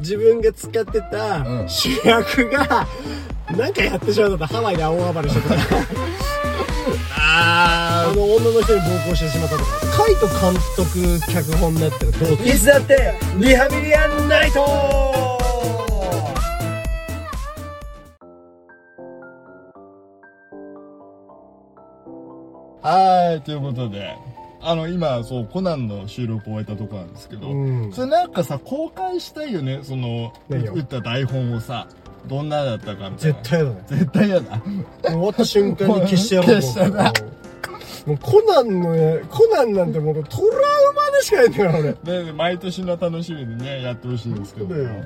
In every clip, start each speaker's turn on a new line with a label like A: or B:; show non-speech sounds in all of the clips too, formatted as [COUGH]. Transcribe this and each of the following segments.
A: 自分が使ってた
B: うん
A: 主役が、なんかやってしまったとハワイで大暴れしたと
B: [LAUGHS]
A: か、あ
B: あ
A: の女の人に暴行してしまったとか、カイト監督脚本だったらどう
B: ーいつだってリハビリアンナイトはいということであの今そうコナンの収録を終えたとこなんですけど、
A: うん
B: それなんかさ公開したいよねその
A: 何を
B: 打った台本をさどんなだったかみた
A: 絶
B: いな
A: 対だね。
B: 絶対嫌だ
A: 終わった瞬間に消してやろうと思った
B: 消したな
A: もうコナンのね、コナンなんてもうトラウマでしかないんだよ、俺。
B: ね、毎年の楽しみにねやってほしいんですけど
A: 本当だよ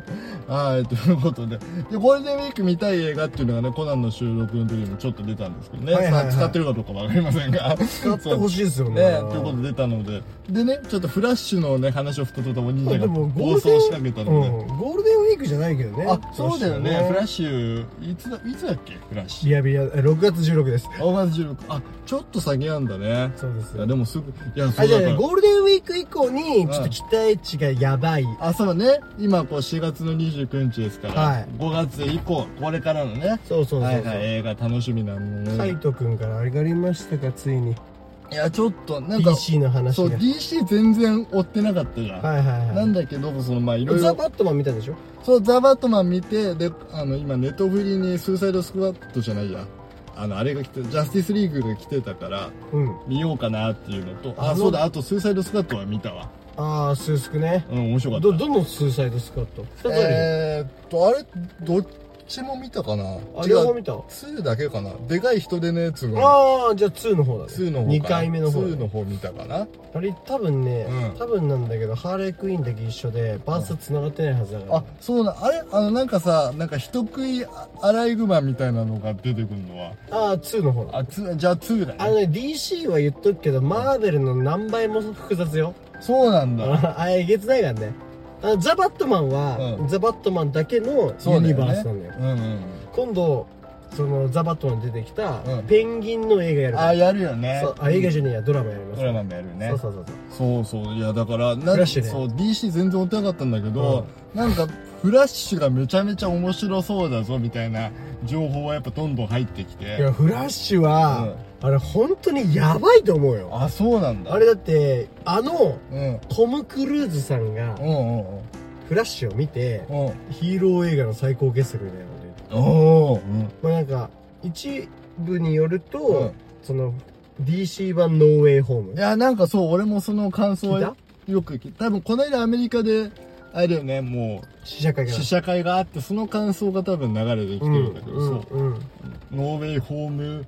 B: はいということででゴールデンウィーク見たい映画っていうのがねコナンの収録の時にもちょっと出たんですけどね、
A: はいはいはい
B: まあ使ってるかどうかわかりませんが使
A: やってほしいですよ
B: ね
A: ね。
B: ということで出たのででねちょっとフラッシュのね話を振ったとたお兄ちゃん
A: で
B: が
A: も
B: 暴
A: ゴール
B: 走
A: デン
B: しかけたので、
A: うんゴールデンウィークじゃないけどね。
B: あそうだよねフラッ
A: シ
B: シュいつだいつだっけフラッシ
A: リ
B: ュ
A: アビア、え6月16です。
B: 青月16あちょっと先なんだね
A: そうです
B: いやでもすぐいやそ
A: あ、
B: う
A: じゃあ
B: だか
A: ね、
B: ら
A: ゴールデンウィーク以降に、ちょっと期待値がやばい。
B: あそうね今こう4月の29日ですから、
A: はい
B: 5月以降これからのね
A: そうそうそうそう。
B: はいはい映画楽しみなんでね、
A: カイト君からあれがありましたか、ついに。
B: い、やちょっとなんか
A: DC の話
B: そう
A: が。
B: DC 全然追ってなかったじゃん、
A: はいはいはい。
B: なんだけどそのまあいろい
A: ザ・
B: ろ
A: バットマン見たんでしょ
B: そうザ・バットマン見てであの今ネットフリに「スーサイド・スクワット」じゃないやあのあれが来てジャスティスリーグが来てたから
A: うん。
B: 見ようかなっていうのと
A: あ
B: あそうだあと「スーサイド・スクワット」は見たわ
A: ああ、スースクね。
B: うん面白かった
A: ど、どのスーサイドスカット二つあるよ
B: えー、っとあれどっちも見たかな
A: あ、
B: 違
A: 両
B: う
A: 方見た
B: 2だけかなでかい人でのやつが
A: ああ、じゃあ2の方だね。
B: 2の方かな
A: 2回目の方だね、
B: 2の方見たかな
A: あれ多分ね、
B: うん
A: 多分なんだけど、ハーレークイーンだけ一緒で、バース繋がってないはずだから。
B: あそうなあれあのなんかさなんか人食いあアライグマみたいなのが出てくるのは
A: ああ、2の方だ。
B: あつじゃあ2
A: あ
B: だ
A: の
B: ね
A: ね、DC は言っとくけど、マーベルの何倍も複雑よ。
B: そうなんだ
A: [LAUGHS] あえげつないからね。あのザ・バットマンは、
B: うん
A: ザ・バットマンだけの
B: そう
A: ユ
B: だ
A: ニ
B: よね
A: バースなんだよ。
B: うんうん
A: 今度、そのザ・バットマンに出てきた、
B: うん
A: ペンギンの映画やるから
B: あやるよね
A: そうあ映画じゃねえや、ドラマやります。
B: ドラマもやるよね
A: そうそうそうそう。
B: そうそういやだからな
A: フラッシュね
B: そう DC 全然追ってなかったんだけど、なんかフラッシュがめちゃめちゃ面白そうだぞみたいな情報はやっぱどんどん入ってき
A: い
B: て
A: やフラッシュは、あれ本当にやばいと思うよ
B: あそうなんだ
A: あれだってあの
B: うんうん
A: トム・クルーズさんが
B: うんうん
A: フラッシュを見て
B: うん
A: ヒーロー映画の最高傑作みたいなこと言って
B: おお、うん
A: まあなんか一部によると、
B: うん
A: その DC 版ノーウェイホーム
B: いやなんかそう俺もその感想
A: 聞いた
B: はよく聞いた多分この間アメリカであれだよねも
A: 試写会
B: う
A: が
B: 試写会があってその感想が多分流れてきて
A: うん
B: るんだけど、
A: うん
B: そう
A: うん
B: ノーウェイホーム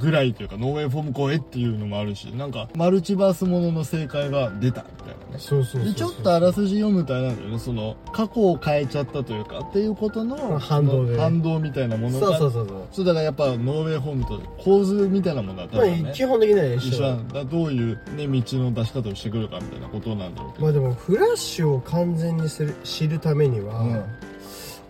B: ぐらいというかノーウェイホーム超えっていうのもあるしなんかマルチバースものの正解が出たみたいなね
A: そうそうそうそう
B: でちょっとあらすじ読むとあれなんだよねその過去を変えちゃったというかっていうことの
A: 反動で
B: その反動みたいなものが
A: そうそうそうそう
B: そうだからやっぱノーウェイホームと構図みたいなものだった
A: ま
B: ら
A: あ、
B: ね
A: 基本的には一
B: 一
A: 緒
B: 緒な
A: だ
B: んだどういう、ね、道の出し方をしてくるかみたいなことなんだろうけど、
A: まあでもフラッシュを完全にする知るためには、
B: う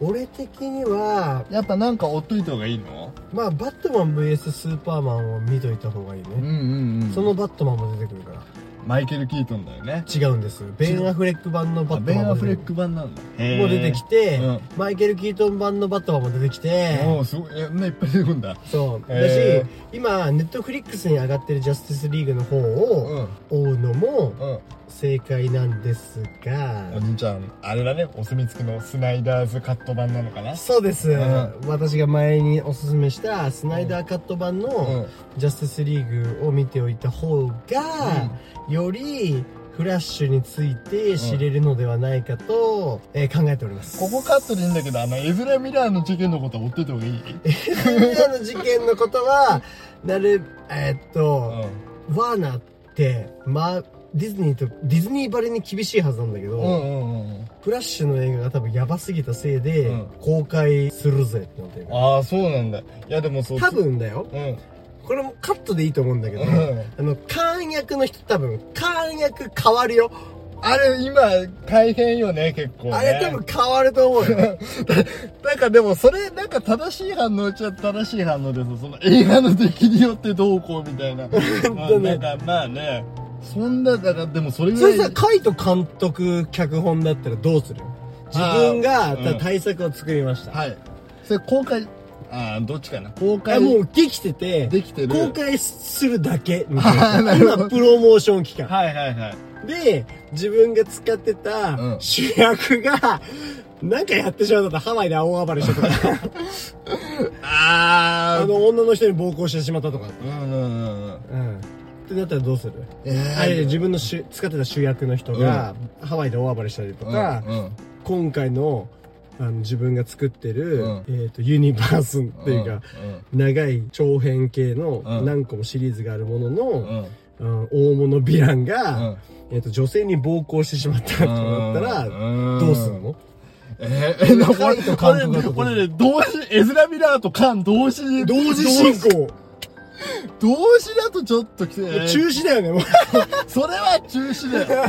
A: 俺的には
B: ん、やっぱなんか追っといた方がいいの
A: まあバットマン VS スーパーマンを見といた方がいいね、
B: うんうんうん
A: そのバットマンも出てくるから
B: マイケル・キートンだよね
A: 違うんですベン・アフレック版のバ
B: あ
A: ット
B: ベ
A: マン
B: ン・ア
A: も
B: フレ
A: 出て
B: ッ
A: く
B: ク版なんだ
A: るもう出てきて、
B: うん
A: マイケル・キートン版のバットマンも出てきて
B: もうすごいえねいっぱい出てくるんだ
A: そうだし
B: へ
A: 今ネットフリックスに上がってるジャスティスリーグの方を
B: ん
A: 追うのも
B: うん
A: 正解なんですが、
B: お兄ちゃんあれだねお墨付きのスナイダーズカット版なのかな
A: そうです、
B: うん
A: 私が前におすすめしたスナイダーカット版
B: う
A: の
B: ん
A: ジャスティスリーグを見ておいた方が、よりフラッシュについて知れるのではないかと、えー考えております
B: ここ
A: [LAUGHS]
B: カットでいいんだけどあのエズラ・ミラーの事件のことは追っといた方がいい
A: クリアの事件のことはなるえーっ
B: う
A: と、
B: ん
A: ワーナーって、まあ、ディズニーとディズニーばりに厳しいはずなんだけど、
B: うんうんうん
A: フラッシュの映画が多分ヤバすぎたせいで、
B: うん
A: 公開するぜってなってる
B: ああそうなんだいやでもそう
A: 多分だよ
B: うん
A: これもカットでいいと思うんだけど、
B: うん
A: あの勘役の人多分勘役変わるよ
B: あれ今大変よね結構ね
A: あれ多分変わると思うよ
B: なんかでもそれなんか正しい反応っちゃ正しい反応ですその映画の出来によってどうこうみたい
A: [LAUGHS]
B: な、まあ
A: 当ね
B: なんかまあねそんなだからでもそれぐ
A: そ
B: ら
A: れ
B: い
A: さカイト監督脚本だったらどうする自分
B: あ
A: が
B: ーうん
A: 対策を作りました、
B: はいそれ公開ああどっちかな公
A: あ
B: 開
A: もうできてて
B: できてる
A: 公開するだけみたいな
B: あーなるほど
A: 今プロモーション期間
B: はいはいはい
A: で自分が使ってた
B: うん
A: 主役がなんかやってしまうとったハワイで大暴れしたとか
B: [LAUGHS] あ
A: あ
B: ー
A: の女の人に暴行してしまったとか
B: うんうんうんうん
A: うんってなったらどうする
B: えー
A: あれで自分の主使ってた主役の人がハワイで大暴れしたりとか、
B: うんうん
A: 今回のあの自分が作ってる、
B: うん
A: えー、とユニバースっていうか、長い長編系の
B: うん
A: 何個もシリーズがあるもの
B: うんう
A: の、
B: んうん
A: うん大物ヴィランが、
B: うん
A: えー、と女性に暴行してしまったとなったら、ど
B: ど
A: うするの
B: えー、えなこれ
A: カイと
B: こ
A: カン
B: れ
A: 君が
B: これね同時エズラ・ミラーとカン同時
A: 同時進行
B: 同時だとちょっときて、えー
A: 中止だよねもう
B: それは中止だ
A: [LAUGHS]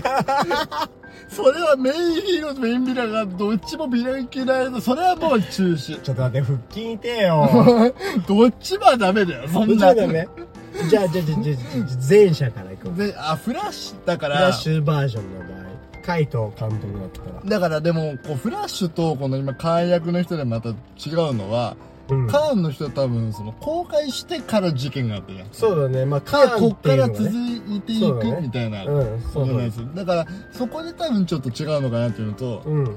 B: よそれはメインヒーローとメインヴィランがどっちもビラン嫌いだそれはもう中止
A: ちょっと待って腹筋痛えよ [LAUGHS]
B: どっちもはダメだよそん
A: じ
B: な
A: ゃあだねじゃあじゃあじゃあじゃあじゃあ前者からいこうフ
B: であフラッシュだか
A: ラッ
B: ら
A: シュバージョンの場合海藤監督だったら、
B: だからでもこうフラッシュとこの今カン役の人でまた違うのは、
A: うん
B: カーンの人は多分その公開してから事件があったじゃん
A: そうだねまあカ
B: で
A: ーン
B: こ
A: っ
B: って
A: い
B: か
A: うの
B: ら
A: が、ね、
B: 続いてい
A: そうだ
B: く
A: ね
B: みたいな
A: うんそうだ
B: ことなんで
A: ね
B: すよだからそこで多分ちょっと違うのかなっていうのと
A: うん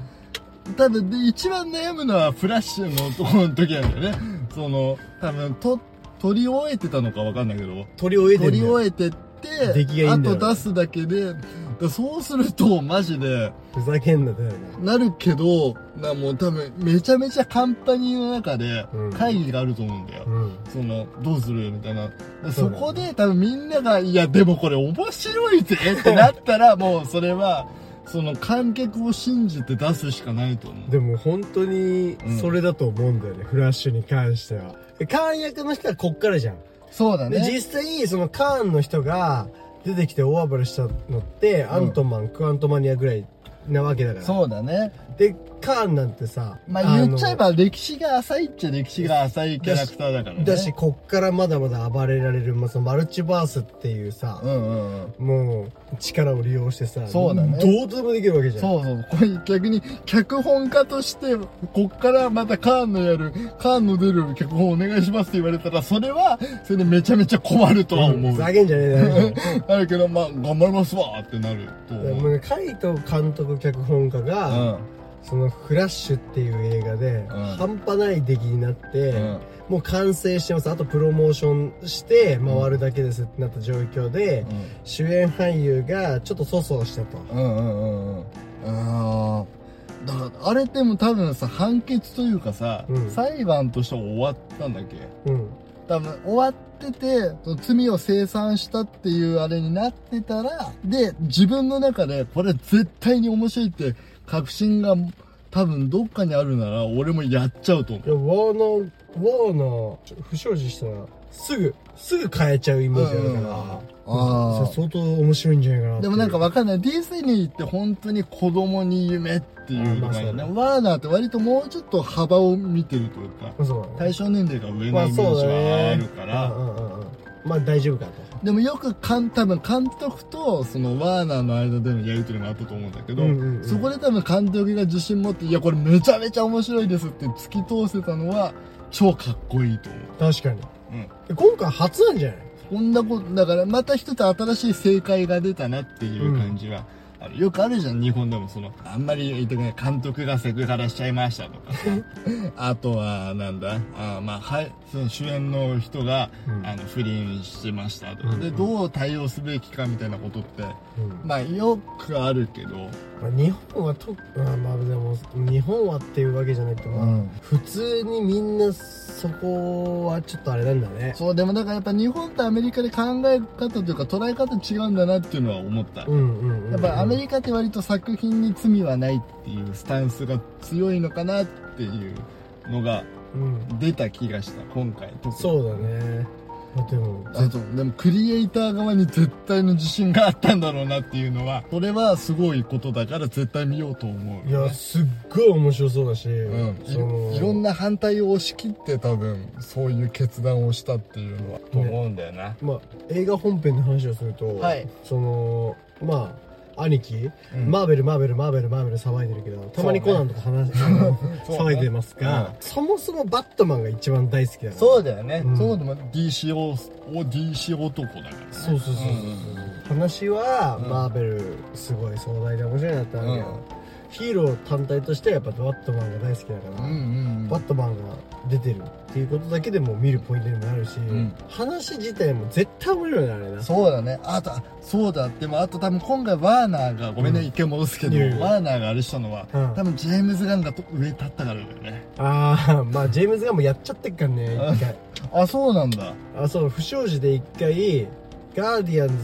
B: 多分で一番悩むのはフラッシュのとこの時なんだよねその多分と撮り終えてたのかわかんないけど
A: 取り終えて
B: 撮
A: んだ
B: り
A: よ
B: 終えてっ
A: 出
B: て
A: 来がいいんだよ
B: あと出すだけでだそうするとマジで
A: ふざけんなだよな
B: なるけどなもう多分めちゃめちゃカンパニーの中で
A: うん
B: 会議があると思うんだよ、
A: うん
B: そのどうするみたいな
A: そ
B: でそう
A: だね
B: こで多分みんなが「いやでもこれ面白いぜ」ってなっ
A: [LAUGHS]
B: たらもうそれはその観客を信じて出すしかないと思う
A: でも本当にそれだと思うんだよね、フラッシュに関してはカーン役の人はこっからじゃん、
B: そうだ
A: で実際そのカーンの人が出てきて大暴れしたのって、アントマンクアントマニアぐらいなわけだから
B: そうだね
A: でカーンなんてさ
B: まあ
A: の
B: 言っちゃえば歴史が浅いっちゃ歴史が浅いキャラクターだからね
A: だしこっからまだまだ暴れられる、まあ、そのマルチバースっていうさ
B: う、んうんうん
A: もう力を利用してさ
B: そうだね
A: どうとでもできるわけじゃん
B: そうそうこれ逆に脚本家としてこっからまたカーンのやるカーンの出る脚本お願いしますって言われたらそれはそれでめちゃめちゃ困るとは思う、
A: ふざけんじゃねえだよ
B: なるけどまあ頑張りますわってなると
A: で
B: 思う
A: もカイト監督脚本家
B: う
A: が、
B: ん
A: その「フラッシュ」っていう映画で、半端ない出来になって、
B: うん
A: もう完成してますあとプロモーションして回るだけですってなった状況で、主演俳優がちょっと粗相したと、
B: うんうんうんうんうんあーだからあれでも多分さ判決というかさ、
A: うん
B: 裁判として終わったんだっけ
A: うん、
B: 多分終わっててその罪を清算したっていうあれになってたらで自分の中でこれ絶対に面白いって確信が多分どっかにあるなら俺もやっちゃうと思う
A: でもウォーのウォーの不祥事したらすぐすぐ変えちゃうイメージあるから、
B: あー
A: そ相当面白いんじゃないかなってい
B: で
A: う
B: もなんかわかんない。ディズニーって本当に子供に夢っていうのが
A: あま
B: ね、
A: あ
B: ワーナーって割ともうちょっと幅を見てるというか、
A: そうだね
B: 対象年齢が上
A: ま
B: の
A: あ
B: イメ
A: そ
B: ー
A: う
B: ジ
A: だ
B: は
A: ね
B: あるから、
A: うんうんうんうんまあ大丈夫かと
B: でもよくかん多分監督とそのワーナーの間でのやり取りがあったと思うんだけど、
A: うんうんうん
B: そこで多分監督が自信持って、いやこれめちゃめちゃ面白いですって突き通せたのは、超かっこいいと思う。
A: 確かに、
B: うん
A: で今回初なんじゃない
B: こんなこと、だからまた一つ新しい正解が出たなっていう感じは、あるよくあるじゃん、日本でもその、あんまり言ってない、監督がセクハラしちゃいました
A: [LAUGHS]
B: とかさあとは、なんだ、あまあ、はい、その主演の人が、
A: うん
B: あの、不倫してましたとか、
A: うんう
B: で、
A: ん
B: どう対応すべきかみたいなことって、
A: うん
B: まあ、よくあるけど、
A: まあ、日本はとまあまあでも日本はっていうわけじゃないけど、まあ
B: うん
A: 普通にみんなそこはちょっとあれなんだね
B: そう、でもだからやっぱ日本とアメリカで考え方というか捉え方違うんだなっていうのは思った。
A: うんうん、うん、
B: やっぱアメリカって割と作品に罪はないっていうスタンスが強いのかなっていうのが
A: うん、
B: 出た気がした今回特に
A: そうだねまあでも
B: あとでもクリエイター側に絶対の自信があったんだろうなっていうのはそれはすごいことだから絶対見ようと思う
A: いやすっごい面白そうだし、
B: うん、
A: その
B: いいろんな反対を押し切って多分そういう決断をしたっていうのはと思うんだよな、
A: まあ映画本編の話をすると、
B: はい
A: そのまあ兄貴、
B: うん
A: マーベルマーベルマーベルマーベル騒いでるけどたまにコナンとか話、あの
B: [LAUGHS]
A: 騒いでますが、そもそもバットマンが一番大好きだから
B: そうだよね、
A: うん
B: そうでも DC を DC 男だからね
A: そうそうそうそう、話は、マーベルすごい壮大で面白いなってあるけど、
B: うん
A: ヒーロー単体としてはやっぱバットマンが大好きだから、
B: うんうんうん
A: バットマンが出てるっていうことだけでも見るポイントにもなるし、
B: ん
A: 話自体も絶対面白いなあれな
B: そうだねあとあそうだでもあと多分今回ワーナーがごめんね、
A: うん
B: 一回戻すけど、
A: いやいや
B: ワーナーがあれしたのは、
A: うん
B: 多分ジェームズ・ガンがと上立ったからだよね
A: ああまあジェームズがもうやっちゃってっからね一回
B: あそうなんだ
A: あそう不祥事で一回ガーディアンズ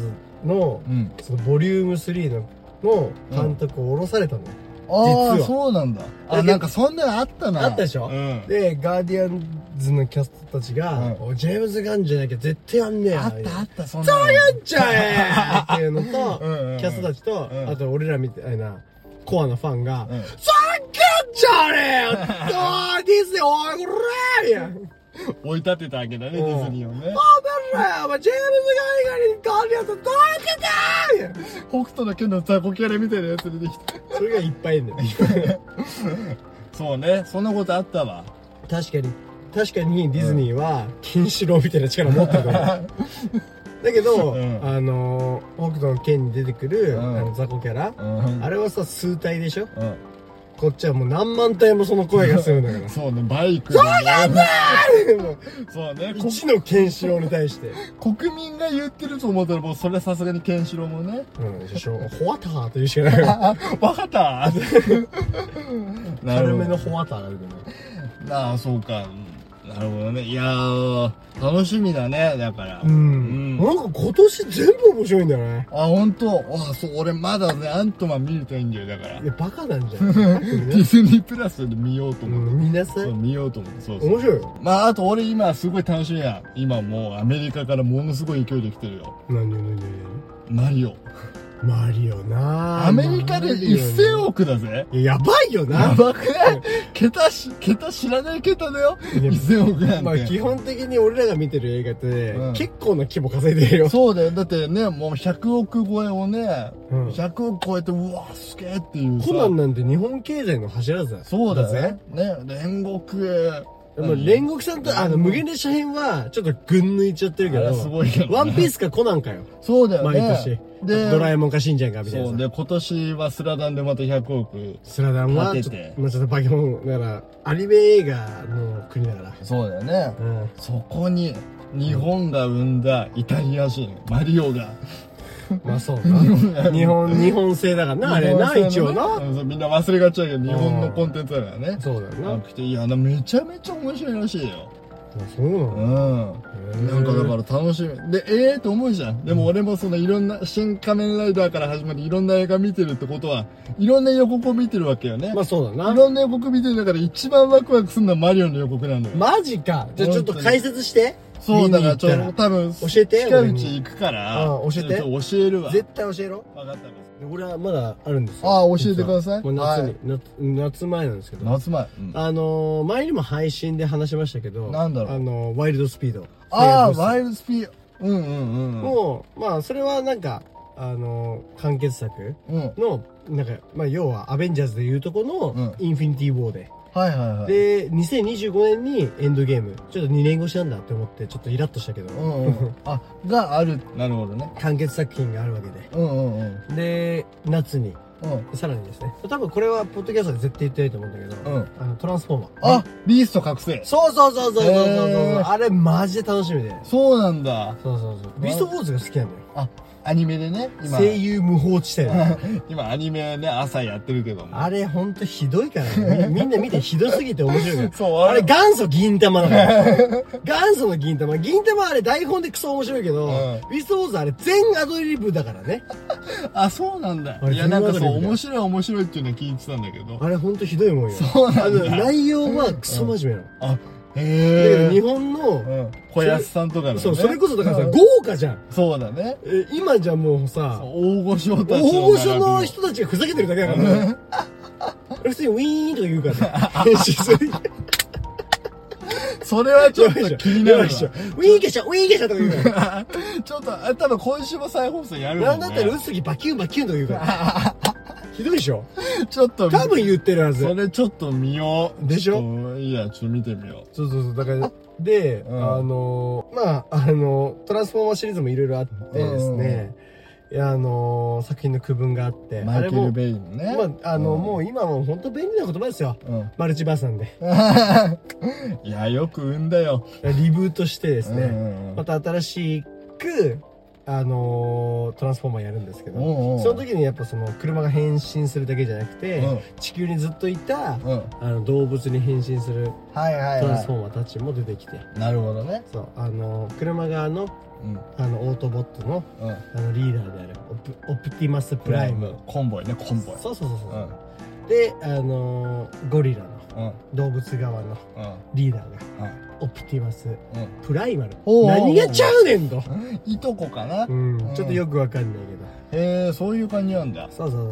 A: の
B: うん
A: そのボリューム3のの監督を降ろされたの、
B: ああ
A: 実は
B: そうなんだ
A: だけ
B: あ
A: ど
B: なんかそんなのあったな
A: あったでしょ
B: うん、
A: でガーディアンズのキャストたちが
B: うん
A: 「おいジェームズ・ガンじゃなきゃ絶対やんねえ
B: あ
A: や」
B: ったあったそんな
A: そう
B: や
A: やっちゃえ!」っていうのと
B: うんうんうん
A: キャストたちと、
B: うん
A: あと俺らみたいなコアなファンが「
B: うん
A: そっけんじゃ
B: [LAUGHS]
A: ねえよおいディズニーおいこら!」みたいな。
B: 追い立てたわけだねデ
A: うん
B: ィズニーをね
A: おめえらお前ジェームズ・ガン以外にガーディアンズどうやってた
B: 北斗の拳の雑魚キャラみたいなやつ出てきた
A: それがいっぱいいるんだよ
B: そうねそんなことあったわ
A: 確かに確かにディズニーは金四郎みたいな力持ってるからだけど、
B: うん
A: あのー北斗の剣に出てくる、
B: うん
A: あの雑魚キャラ、
B: うん
A: あれはさ数体でしょ
B: うん
A: こっちはもう何万体もその声がするんだから
B: そうねバイクそうやね [LAUGHS] そうねこ
A: 1のケンシロウに対して、
B: 国民が言ってると思ったらもうそれはさすがにケンシロウもね
A: うん、しょホワターと言うしかない
B: あわか [LAUGHS] った
A: 軽めのホワターだけどね
B: なあそうかうんなるほどねいやー楽しみだねだから
A: うん、なんか今年全部面白いんだよね
B: あ本当あそう俺まだねアントマン見れたいんだよだから
A: いやバカなんじゃ
B: [LAUGHS]
A: ない、
B: ディズニープラスで見ようと
A: う
B: 思って、
A: ん、見なさ
B: そう
A: い
B: 見ようと思ってそうそう
A: 面白いよ
B: まああと俺今すごい楽しみや今もうアメリカからものすごい勢いで来てるよ
A: 何よ何よ
B: マリ
A: 何
B: オ
A: よマリオな
B: アメリカで
A: マリオね
B: 1000億だぜ
A: いややばいよ
B: や
A: な
B: ばくない桁し桁知らない桁だよ
A: いや
B: 1000億なんて、
A: まあ基本的に俺らが見てる映画って、
B: うん
A: 結構な規模稼いでるよ。
B: そうだよだってねもう100億超えをね、
A: うん
B: 100億超えてうわすげえっていうさ
A: コナンなんて日本経済の柱だぜ。
B: そうだ
A: ぜ
B: ぜ。ね煉獄へ
A: まあ、煉獄さんと、あの、無限列車編は、ちょっと群抜いちゃってるけ
B: あ
A: ど、
B: れすごいけどね
A: ワンピースかコナンかよ。
B: そうだよ [LAUGHS] ね
A: 毎年。
B: で
A: ドラえもんかしんちゃんかみたい
B: そ
A: な
B: う
A: さ。
B: で今年はスラダンでまた100億
A: スラダンは、ち
B: 立
A: ょって
B: て
A: と、まあ、ちょっと化け物だから、アニメ映画の国だから。
B: そうだよね
A: うん。
B: そこに日本が生んだイタリア人マリオが
A: まあそうな。日本、日本製だからな、あれな、
B: 日本
A: 一応
B: 製の
A: な。
B: ねうんそうみんな忘れがちだけど日本のコンテンツだからね
A: そうだよな。
B: な
A: ま
B: くていやなめちゃめちゃ面白いらしいよ
A: あそうな
B: う
A: の
B: んなんかだから楽しみでええー、と思うじゃんでも俺もそのいろんな「新仮面ライダー」から始まっていろんな映画見てるってことはいろんな予告を見てるわけよね、。
A: まあそうだない
B: ろんな予告見てる中で一番ワクワクするのはマリオの予告なんだよ、
A: マジかじゃあちょっと解説して
B: そうだから
A: 見
B: ち
A: に
B: ょ
A: 行
B: っ
A: っ
B: と多分
A: 教えて
B: 近
A: 俺
B: いう
A: に
B: ち行くから
A: ああ教えて
B: ちょっと教える
A: た
B: わ
A: ら絶対教えろ
B: 分かったです
A: 俺はまだあるんですよ
B: ああ教えてください
A: これ夏に、
B: はい
A: 夏夏前なんですけど
B: 夏前、うん
A: あのー、前にも配信で話しましたけど
B: なんだろう
A: あのーワイルドスピード
B: あ
A: プ
B: あ
A: レイヤー
B: ワイルドスピーうんうんうん
A: ボイスもまあそれはなんかあのー完結作
B: うんはい
A: のなんか、まあ、要はアベンジャーズでいうとこの
B: う
A: インフィニティ・ウォーで、
B: はいはい
A: で2025年にエンドゲームちょっと2年越しなんだって思ってちょっとイラッとしたけど、
B: うんうんあがあるなるほどね
A: 完結作品があるわけで
B: うんうんうん
A: で夏に
B: うん
A: さらにですね多分これはポッドキャストで絶対言ってないと思うんだけど、
B: うん
A: あのトランスフォーマー
B: あビースト覚醒
A: そうそうそうそうそうそうそう、
B: へー
A: あれマジで楽しみで
B: そうなんだ
A: そうそうそうビーストボーズが好きなんだよ
B: あアニメでね今
A: 声優無法地帯
B: [LAUGHS] 今アニメね朝やってるけども
A: あれほんとひどいからねみみん [LAUGHS] な見てひどすぎて面白いから
B: そう
A: あれ元祖銀玉だから
B: [LAUGHS]
A: 元祖の銀玉銀玉はあれ台本でクソ面白いけど、
B: うん
A: ビーストボーズあれ全アドリブだからね
B: あそうなんだ
A: あれ
B: いやなんか
A: 全部
B: そ
A: アドリ
B: う
A: ブだ
B: 面白い面白いっていうのは聞いてたんだけど
A: あれほんとひどいもんよそうなんだあの内容はクソ真面目なの、
B: あ
A: だけど
B: へ
A: 日
B: え
A: 本の、
B: うん小安さんとかのね
A: そう、それこそだからさ、
B: うん
A: 豪華じゃん。
B: そうだね
A: え今じゃもうさ、
B: 大御所たち
A: 大御所の
B: 並び
A: 人たちがふざけてるだけだからね。
B: [LAUGHS]
A: 普通にウィーンとか言うからね。編集する
B: それはちょっと気になる
A: よ
B: わ
A: いしょウィンケシャウィンケシャとか言うか
B: ちょっと、あ多分今週も再放送やる
A: ら。な
B: もん
A: ん
B: ね。
A: だったら薄木バキュンバキュンとか言うから。
B: [LAUGHS]
A: ひどいでしょ
B: ちょっと、
A: 多分言ってるはず。
B: それちょっと見よう。
A: でしょ
B: ちっといや、ちょっと見てみよ
A: そうそうそう。だから、で、
B: うん
A: あの、まあ、あの、トランスフォーマーシリーズもいろいろあってですね、いやあの、作品の区分があって、
B: う。マイケル・
A: も、
B: ベイのね。
A: まあ、あの、
B: うん
A: もう今も本当便利な言葉ですよ。
B: うん。 [LAUGHS]
A: マルチバースなんで。
B: いや、よく産んだよ。
A: リブートしてで
B: です
A: ね、また新しく、あのートランスフォーマーやるんですけど、
B: おうおう
A: その時にやっぱその車が変身するだけじゃなくて、地球にずっといた
B: うん。うん。
A: あの動物に変身する
B: はいはい
A: トランスフ
B: は
A: ォーマーたちも出てきて、
B: い。なるほどね。
A: そうあのー車側の
B: うん。
A: あのオートボットの
B: うん。
A: あのリーダーであるオプオプティマスプライム。
B: コンボイね、コンボイ。
A: そうそうそう
B: う
A: そ
B: ん。
A: う、で、あのーゴリラの
B: うん。
A: 動物側の
B: うん。
A: リーダーが
B: はい。
A: オプティマス
B: うん。
A: プライマル
B: おうおうおう
A: 何がちゃうねんと
B: いとこかな、
A: う
B: へ
A: ん、ちょっとよくわかんないけど
B: え、そういう感じなんだ。
A: そうそうそ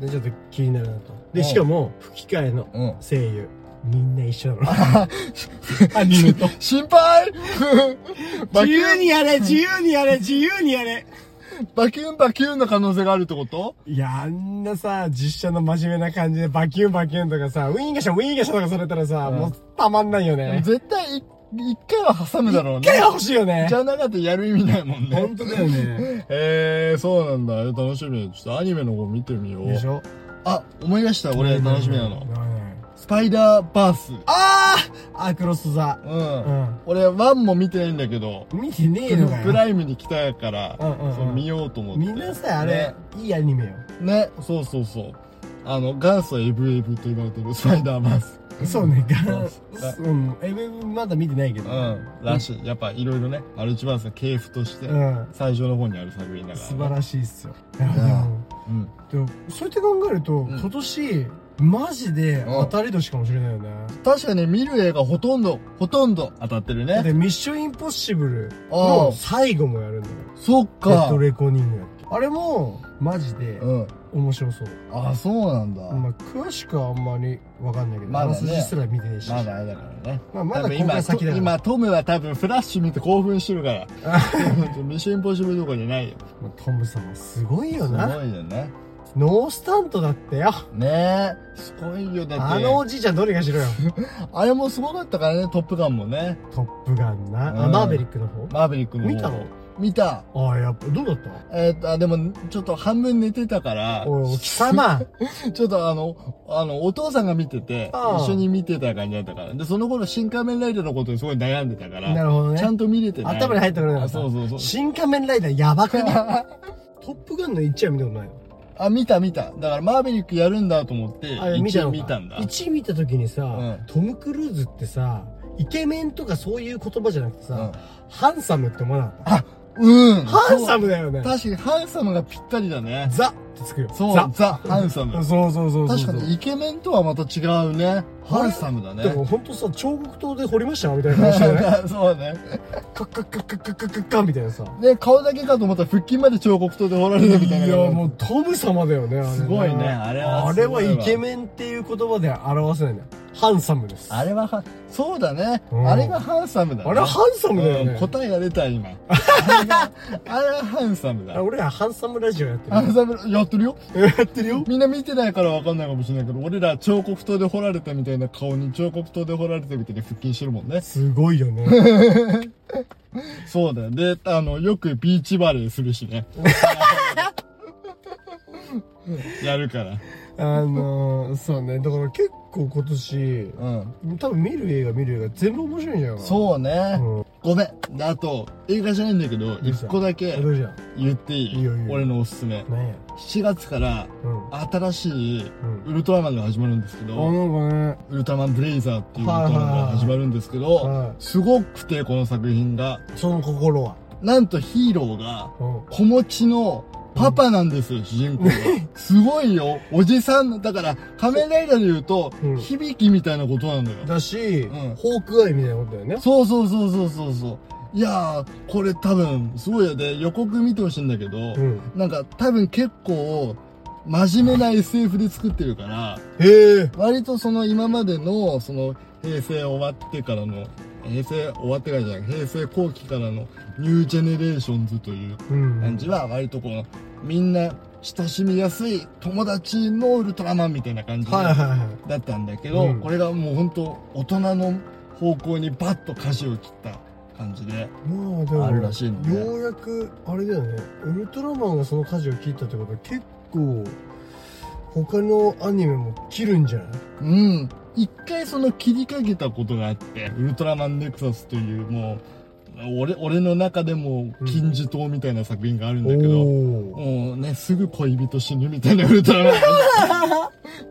A: うでちょっと気になるなと
B: う
A: で
B: ん
A: しかも吹き替えの
B: うん。
A: 声優みんな一緒な [LAUGHS]
B: アニメと。心配
A: の
B: [LAUGHS] バ
A: [LAUGHS] 自
B: キ
A: 由
B: ュン、
A: にやれ自由にやれ自由にやれ
B: バキュン、バキュンの可能性があるってこと
A: いやあんなさ実写の真面目な感じでバキュンバキュンとかさウィンガシャウィンガシャとかされたらさ、
B: うん
A: もうたまんないよね
B: 絶対い一回は挟むだろう
A: 一回
B: ね
A: は。欲しいよね
B: じゃなかったらやる意味ないもんね。
A: 当だよね
B: へえ、そうなんだ。楽しみ。ちょっとアニメの方見てみよう
A: で。しょ
B: あ、思い出した。俺楽しみなの。
A: うん
B: スパイダーバース。
A: ああアクロス・ザ
B: う。
A: うんん
B: 俺、ワンも見てないんだけど、
A: 見てねえのかよ
B: プライムに来たから
A: うんうんうん、
B: そう見ようと思って。
A: みんなさあれ、いいアニメよ
B: ね。ね、そうそうそう。あの、元祖エブエブと言われてるスパイダーバース。
A: そうね、
B: そう
A: ガうん、エブエブまだ見てないけ
B: う
A: ど。
B: ん。らしい。やっぱいろいろね、マルチバースの系譜として、
A: うん。
B: 最初の方にある作品だから、
A: 素晴
B: し
A: らしいっすよ。
B: い。うん。
A: でも、そうやって考えると、
B: ん
A: 今年、マジで
B: うん
A: 当たり年かもしれないよね。
B: 確かに見る映画ほとんど、ほとんど当たってる
A: だって、
B: ね。
A: ミッションインポッシブル
B: あ
A: の
B: あ
A: 最後もやるんだよ。
B: そっ
A: デッ
B: か
A: ド。レコーニングやって。あれも、マジで
B: うん。
A: 面白そう。
B: あ、そうなんだ。
A: まあ、詳しくはあんまりわかんないけど、
B: まだ
A: あ
B: ね
A: らすじすら見てないし。
B: まだあれだからね。
A: まあ、ま
B: 多
A: だ
B: 分
A: 今回
B: 今
A: 先だから。
B: 今トムは多分フラッシュ見て興奮してるからミッションインポッシブルどころじゃないよ
A: まあトムさんはすごいよ
B: すごい
A: な。
B: よね
A: ノースタントだってよ。
B: ねえすごいよだって
A: あのおじいちゃんどれがしろよ。
B: あれもすごかったからね「トップガン」もね
A: トップガンな、あ
B: うん
A: マーベリックの方
B: マーヴェリックの方
A: 見たの
B: 見た
A: ああやっぱどうだった
B: えーっとあでもちょっと半分寝てたから
A: おいお貴様
B: ちょっとあのあのお父さんが見てて
A: ああ
B: 一緒に見てた感じだったからでその頃新仮面ライダーのことにすごい悩んでたから
A: なるほど
B: ちゃ
A: ね
B: んと見れてない
A: 頭に入ってこれなか
B: あ
A: った
B: そうそうそう
A: 新仮面ライダーやばく
B: [LAUGHS]
A: ないトップガンの1は見たことないの
B: あ見た見ただからマーヴェリックやるんだと思って
A: あれ見た
B: 1
A: の
B: 位
A: か
B: 見たんだ
A: 1見た時にさ、
B: うん
A: トム・クルーズってさイケメンとかそういう言葉じゃなくてさ、
B: うん
A: ハンサムって思わなかっ
B: うん。
A: たハンサムだよね
B: そう確かにハンサムがぴったりだね。
A: ザってつくよ
B: そう、
A: ザ
B: ザ・ハンサム。
A: そうそうそうそう
B: 確かにイケメンとはまた違うね。ハンサムだ
A: でも
B: ね。
A: 本当さ彫刻刀で掘りましたみたいな話じゃない
B: [LAUGHS] そうね。
A: カッカッカッカッカッカッカッカッみたいなさ
B: で、顔だけかと思ったら腹筋まで彫刻刀で彫られるみたいな。
A: いやもうトム様だよねあれね
B: すごいねあれは
A: あ
B: す
A: れ
B: ご
A: はい
B: わ
A: イケメンっていう言葉で表せないんだよハンサムです
B: あれはは、そうだね。
A: うん
B: あれがハンサムだね。
A: あれはハンサムだよね
B: うん答えが出た今。あれがあれはハンサムだ
A: あ。俺らハンサムラジオやって
B: ハ
A: る
B: ンサム、やってるよ。
A: やってるよ
B: みんな見てないからわかんないかもしれないけど、俺ら彫刻刀で彫られたみたいな顔に彫刻刀で彫られてみたいな腹筋してるもんね。
A: すごいよね [LAUGHS]
B: そうだよ。で、あの、よくビーチバレーするし
A: [LAUGHS]
B: ね。やるから。
A: あのー、そうねだから結構今年
B: うん。
A: 多分見る映画見る映画全部面白いんじゃないかな
B: そう
A: う
B: ね。
A: ん、
B: ごめん。であと、映画じゃないんだけど、
A: どうした
B: 一個だけ
A: どうじゃん
B: 言っていい
A: いいよいいよ
B: 俺のおすすめ。
A: 何や
B: 7月から
A: うん
B: 新しい
A: うん
B: ウルトラマンが始まるんですけど、
A: あなんかね
B: ウルトラマンブレイザーっていうウルトラマンが始まるんですけ
A: は
B: ど
A: い、
B: すごくて、この作品が。
A: その心は
B: なんとヒーローが、
A: うん
B: 子持ちのパパなんですよ、主人公が。すごいよ。おじさん、だから、仮面ライダーで言うと、
A: うん
B: 響きみたいなことなんだよ。
A: だし、
B: うん
A: ホークアイみたいなことだよね
B: そうそうそうそうそうそう。いやー、これ多分、すごいよね。予告見てほしいんだけど、
A: うん
B: なんか多分結構、真面目な SF で作ってるから、
A: へえ
B: 割とその今までの、その、平成終わってからの平成終わってからじゃない平成後期からのニュージェネレーションズという
A: うん
B: 感じは割とこのみんな親しみやすい友達のウルトラマンみたいな感じで
A: はいはい
B: だ
A: はい
B: ったんだけど、
A: うん
B: これがもう本当大人の方向にバッと舵を切った感じで
A: まあでも
B: あるらしいのね
A: ようやくあれだよねウルトラマンがその舵を切ったってことは結構他のアニメも切るんじゃない
B: うん一回その切りかけたことがあってウルトラマンネクサスというもう俺俺の中でも金字塔みたいな作品があるんだけど、
A: おー
B: もうね、すぐ恋人死ぬみたいなウルトラマン。 [LAUGHS]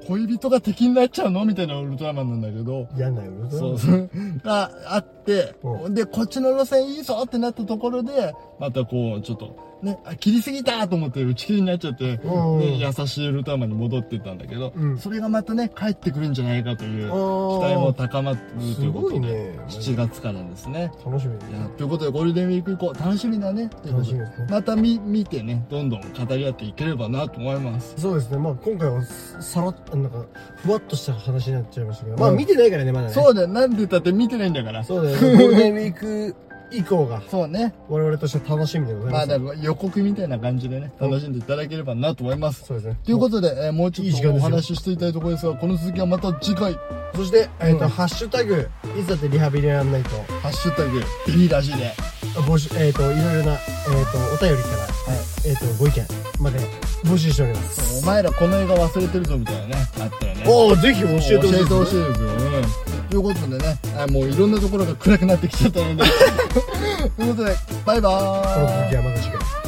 B: 恋人が敵になっちゃうのみたいなウルトラマンなんだけど。
A: 嫌なウルトラマ
B: そ
A: ン
B: うそう。 [LAUGHS] があって
A: う、
B: で、こっちの路線いいぞってなったところで、またこう、ちょっと、ね、あ切りすぎたと思って打ち切りになっちゃって、ね、
A: うん
B: 優しいウルトラマンに戻ってったんだけど、
A: うん
B: それがまたね、帰ってくるんじゃないかという
A: あ
B: 期
A: ー
B: 待も高まってるというこ
A: すご
B: と
A: い
B: で、
A: ね
B: 7月からですね。
A: 楽しみ
B: いやということでゴールデンウィーク以降楽しみだねというこ
A: 楽
B: と
A: し
B: で
A: みですね
B: また見見てねどんどん語り合っていければなと思います
A: そうですねまあ今回はさらっとなんかふわっとした話になっちゃいましたけど、
B: うん
A: まあ見てないからねまだね
B: そうだよなんでだって見てないんだから
A: そうだ [LAUGHS] よねゴールデンウィーク以降が
B: そうね
A: 我々としては楽しみでござい
B: ま
A: ま
B: あ
A: す、
B: だから予告みたいな感じでね楽しんでいただければなと思います
A: そうですね
B: ということで、えーもうち
A: いい
B: ょっ
A: 時間
B: とお
A: ですよ
B: 話ししていきたいところですがこの続きはまた次回
A: そして、えっと
B: うん
A: ハッシュタグいつだってリハビリやんないと
B: 「ハッシュタグビリラジで」
A: 募集えっ、といろいろな、えっとお便りから、えっとご意見まで募集しておりま
B: そうお
A: す
B: 前らこの映画忘れてるぞみたいなねあったよね
A: おおぜひ教えてほしいです
B: ほしいですよ、うん、ということでねあもうい
A: [LAUGHS]
B: ろんなところが暗くなってきちゃったのでということでバイバーイ
A: この続きはまた次回